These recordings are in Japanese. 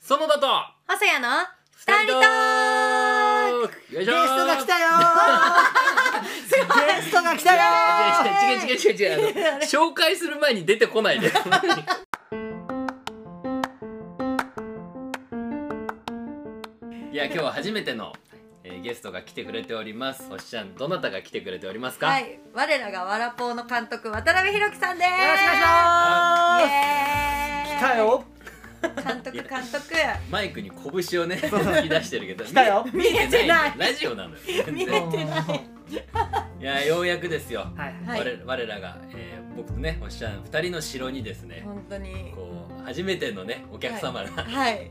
そのだと細谷の二人二ト人トーークよいゲしょストが来たよーゲストが来たよ違う違う違う違う違う違うあの 紹介する前に出てこ ないでいや今日は初めての、えーゲストが来てくれております星ちゃんどなたが来てくれておりますか、はい、我らがわらぽーの監督渡辺裕樹さんです。よよろしくお願いしします来た。よ監督監督。マイクに拳 をねそう突き出してるけど来たよ見え見えてないんだ見よラジオなのよ見えて全然ないいやようやくですよ、はいはい我我らが、えー僕とね星ちゃん二人の城にですね、本当に。こう初めてのねお客様が、はい。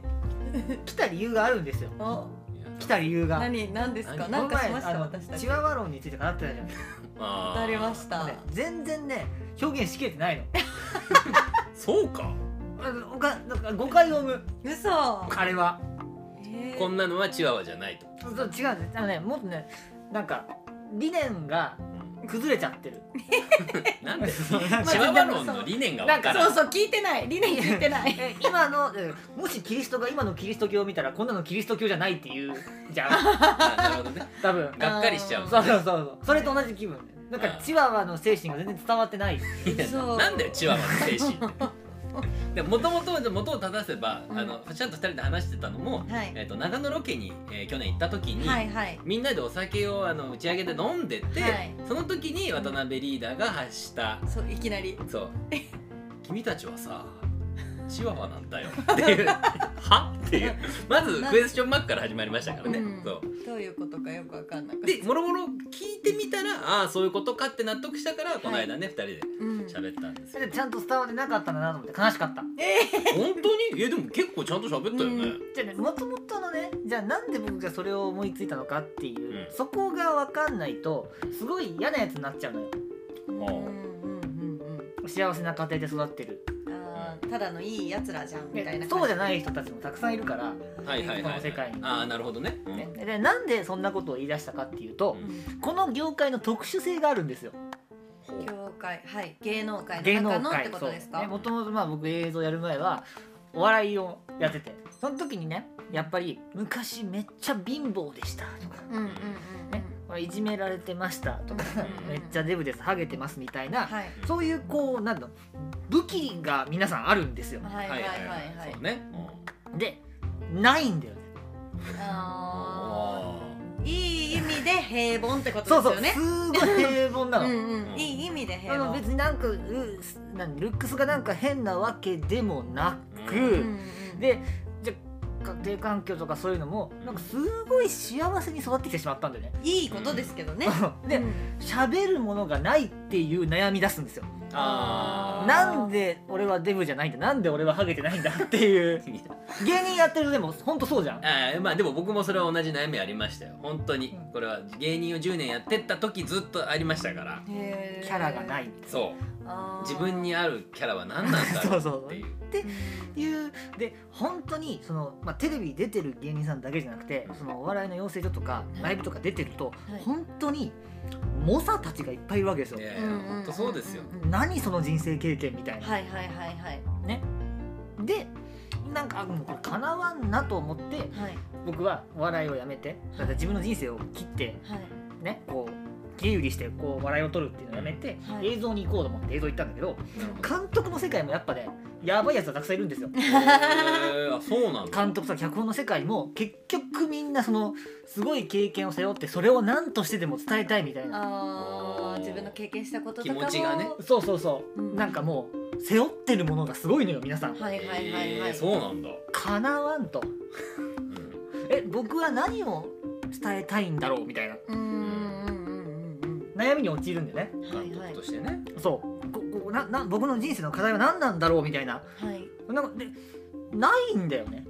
来た理由があるんですよお、いや来た理由が何何ですか。何なんかしましこのた前私たち。チワワ論について語ってたじゃんあーなりました。ね全然ね表現しきれてないのそうかあのおかなんか誤解を生む嘘。あれはえーこんなのはチワワじゃないと、そう違うんですあのねもっとねなんか理念が崩れちゃってるなん でなんかチワワ論の理念がなわんかからそうんそう聞いてない理念聞いてない。え今の えもしキリストが今のキリスト教を見たらこんなのキリスト教じゃないっていうじゃんあなるほどね多分がっかりしちゃうそうそうそうそうそれと同じ気分なんかチワワの精神が全然伝わってないいやそ うなんだよチワワの精神でもともと元を正せば、うんあのちゃんと二人で話してたのも、はいえっと長野ロケに、えー去年行った時に、はいはい。みんなでお酒をあの打ち上げで飲んでて、はいその時に渡辺リーダーが発したそういきなり。 そう君たちはさチワワなんだよって いうはっていうまずクエスチョンマークから始まりましたからね、うんそうどういうことかよくわかんなかった。でもろもろ聞いてみたらああそういうことかって納得したからこの間ね、二うん。人で喋ったんですそよれでちゃんと伝わってなかったんだなと思って悲しかった本当にいやでも結構ちゃんと喋ったよね、じゃあねもともとのねじゃあなんで僕がそれを思いついたのかっていう、うんそこが分かんないとすごい嫌なやつになっちゃうのよあうんうんうんうん。幸せな家庭で育ってるあーただのいいやつらじゃんみたいな感じそうじゃない人たちもたくさんいるから、はいはいはい、はい、この世界にああなるほどね、うんね、でなんでそんなことを言い出したかっていうと、うんこの業界の特殊性があるんですよほう業界はい芸能界芸の中能のって界ことですかねもともとまあ僕映像やる前はお笑いをやっててその時にねやっぱり「昔めっちゃ貧乏でした」とかうんうんうんね「いじめられてました」とかうん「めっちゃデブですハゲてます」みたいな、はいそういうこうなんだろう武器が皆さんあるんですよはいはいはいはいそうね、うんでないんだよねああーいい意味で平凡ってこそとうそうですよねすごい平凡なうの。んうんいい意味であ平の凡別になんかルなんルックスがなんか変なわけでもなく、うんうんうんでじゃあ家庭環境とかそういうのもなんかすごい幸せに育ってきてしまったんだよね。 いいことですけどねでうん喋るものがないっていう悩み出すんですよ。あーなんで俺はデブじゃないんだなんで俺はハゲてないんだっていうー芸人やってるとでもほんとそうじゃん。あーまあでも僕もそれは同じ悩みありましたよ本当にこれは芸人を10年やってった時ずっとありましたからへーキャラがないそうあー自分にあるキャラは何なんだろうっていううんいうで本当にその、まあ、テレビ出てる芸人さんだけじゃなくてそのお笑いの養成所とかライブとか出てると、はい本当に猛者たちがいっぱいいるわけですよ。いやいうんやうんうん本当そうですよ何その人生経験みたいな。はいはいはいはいでなんかあもうこれかなわんなと思ってはい僕はお笑いをやめてだから自分の人生を切ってはいねこう切り売りしてこう笑いを取るっていうのをやめて、はい映像に行こうと思って映像行ったんだけどなるほど監督の世界もやっぱねやばいやつはたくさんいるんですよ。へーあそうなんだ監督とか脚本の世界も結局みんなそのすごい経験を背負ってそれを何としてでも伝えたいみたいなあー自分の経験したこととかも気持ちがねそうそうそう、うんなんかもう背負ってるものがすごいのよ皆さんはいはいはいはへーいそうなんだかなわんとうんえ僕は何を伝えたいんだろうみたいなうんうんうんうんうんうん悩みに陥るんでねはい監は督いとしてねそうここなな僕の人生の課題は何なんだろうみたいなはいなんかでないんだよ ね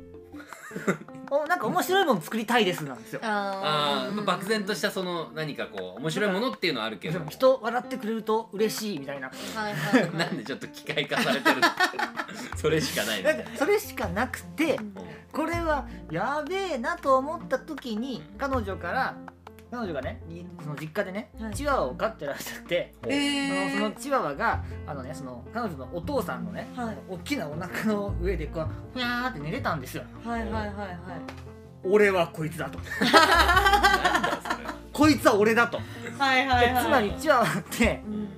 おなんか面白いもの作りたいですなんですよああーまあ漠然としたその何かこう面白いものっていうのはあるけど人笑ってくれると嬉しいみたいなたはいはいはい なんでちょっと機械化されてる それしかないみたないんなかそれしかなくてうんこれはやべえなと思った時に彼女から彼女がねいその実家でね、はいチワワを飼ってらっしゃってほうそのそえのチワワがあのねその彼女のお父さんのねー、はい大きなお腹の上でこうふにゃーって寝れたんですよはいはいはいはい俺はこいつだとなんだそれこいつは俺だとはいはでいはいつまりチワワってうん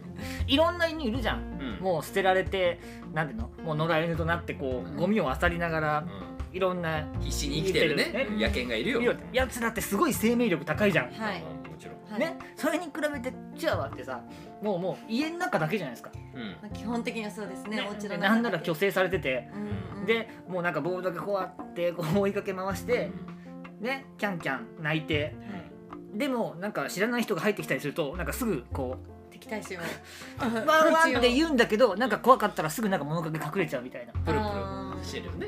いろんな犬いるじゃんうんもう捨てられてなんていうのもう野良犬となってこうゴミを漁りながらういろんなん必死に生きてるね生きてるね野犬がいるよやつらってすごい生命力高いじゃん、はいうんもちろんはいねそれに比べてチワワってさもうもう家の中だけじゃないですか、うんまあ、基本的にはそうですねお家の中ででなんなら虚勢されてて、うんうんでもうなんかボールだけこうあってこう追いかけ回して、ねキャンキャン泣いてでもなんか知らない人が入ってきたりするとなんかすぐこう敵対心を「ワンワン」って言うんだけどなんか怖かったらすぐなんか物陰隠れちゃうみたいなプルあプールしてるよね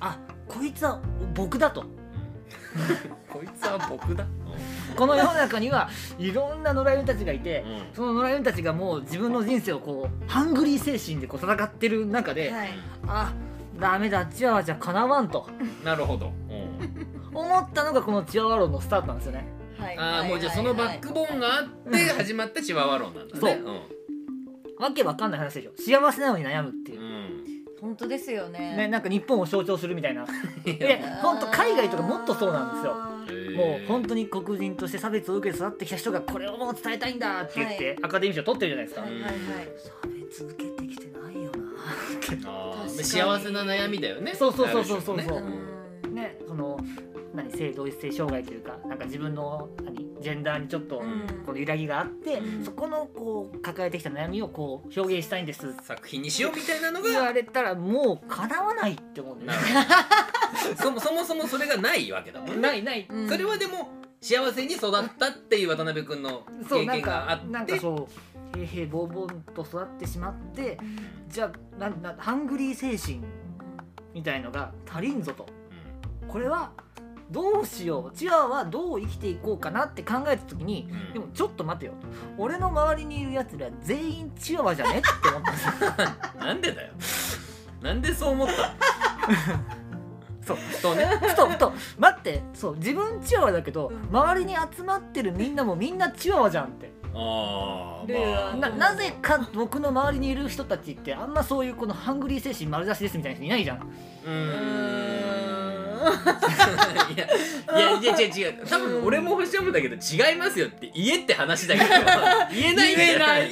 あこいつは僕だとうんうんこいつは僕だこの世の中に はいろんな野良犬たちがいて、うんその野良犬たちがもう自分の人生をこうハングリー精神でこう戦ってる中で、はいあダメだチワワじゃかなわんとなるほどうん思ったのがこのチワワ論のスタートなんですよねはいああもうじゃあそのバックボーンがあって始まったチワワ論なんだねそうんわけわかんない話でしょ幸せなのに悩むっていうう、ん本当ですよねねなんか日本を象徴するみ たいないやでほんと海外とかもっとそうなんですよもう本当当に黒人として差別を受けて育ってきた人がこれをもう伝えたいんだって言って、はいアカデミー賞取ってるじゃないですか、はいはいはい差別受けてきてないよなあー確かに幸せな悩みだよねそうそうそうそうそうある種のねうんねその何性同一性障害というかなんか自分の何ジェンダーにちょっとうんこの揺らぎがあって、うんそこのこう抱えてきた悩みをこう表現したいんです作品にしようみたいなの言がわれたらもう叶わないって思うんだなよるねほどそもそもそもそれがないわけだもんねないない、うんそれはでも幸せに育ったっていう渡辺君のそ経うなん験があかなっんてかそう平平凡々と育ってしまってじゃあなんなんハングリー精神みたいのが足りんぞとこれはどうしようチワワはどう生きていこうかなって考えた時にうんでもちょっと待てよ俺の周りにいるやつら全員チワワじゃねって思ったんですよなんでだよなんでそう思ったそうとねふとふと待ってそう自分チワワだけどうん周りに集まってるみんなもみんなチワワじゃんってあルールはーまなあうんなぜか僕の周りにいる人たちってあんまそういうこのハングリー精神丸出しですみたいな人いないじゃんうーんうい やいやいや違う違う多分俺も星読むんだけど違いますよって言えって話 だけど言えないんだよ言えない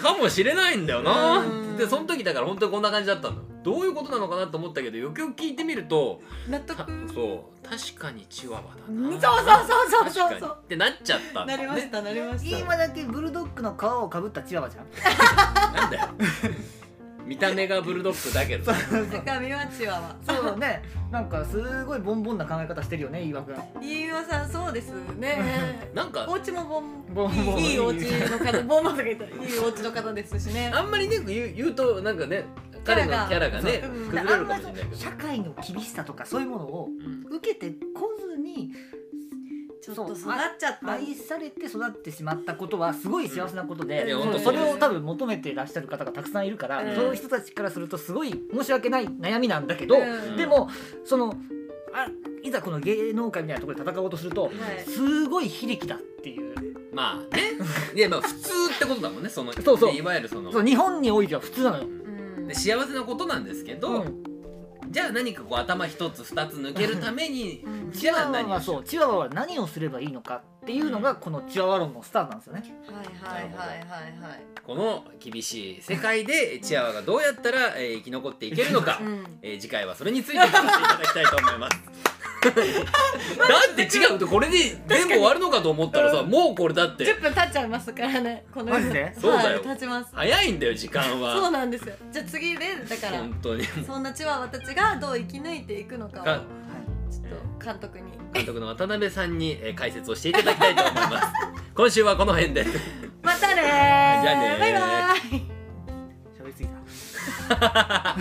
かもしれないんだよなうんでその時だから本当にこんな感じだったんだどういうことなのかなと思ったけどよくよく聞いてみると納た得そう確かにチワワだうんなそう そうそうそうそ確うかにってなっちゃったんだなりましたなりました今だけブルドッグの皮をかぶったチワワじゃんなんだよ見た目がブルドッグだけど中身はチワワそうねなんかすごいボンボンな考え方してるよねいわくん飯尾さんそうですね なんかお家もボンボンボンいいいいお家の方ボンボンとか言ったらいいお家の方ですしねあんまりね言う言うとなんかね彼のキャラがねそう崩れるかもしれないけど社会の厳しさとかそういうものをうん受けてこずにちょっと育っちゃった愛されて育ってしまったことはすごい幸せなことで、うんいやそう本当そそうれですを多分求めてらっしゃる方がたくさんいるから、うんそういう人たちからするとすごい申し訳ない悩みなんだけど、うんでもそのあいざこの芸能界みたいなところで戦おうとすると、はいすごい非力だっていうまあねいやまあ普通ってことだもんねそのそうそうねいわゆるそのそう日本においては普通なのよ。うんで幸せなことなんですけど、うんじゃあ何かこう頭一つ二つ抜けるためにうんじチワゃあワ何をはしよそうチワワは何をすればいいのかっていうのがこのチワワ論のスタートなんですよね。はいはいはいはいはいうこの厳しい世界でチアワがどうやったら、えー生き残っていけるのか、うんえー次回はそれについて語っていただきたいと思いますだって違うとこれで全部終わるのかと思ったらさもうこれだって10分経っちゃいますからねこのマジでそうだよはい経ちます早いんだよ時間そうはなんですよじゃあ次でだから本当にそんなチワワたちがどう生き抜いていくのかをかちょっと監督に監督の渡辺さんに、えー解説をしていただきたいと思います今週はこの辺でまたねーじゃあねーバイバイ喋りすぎた。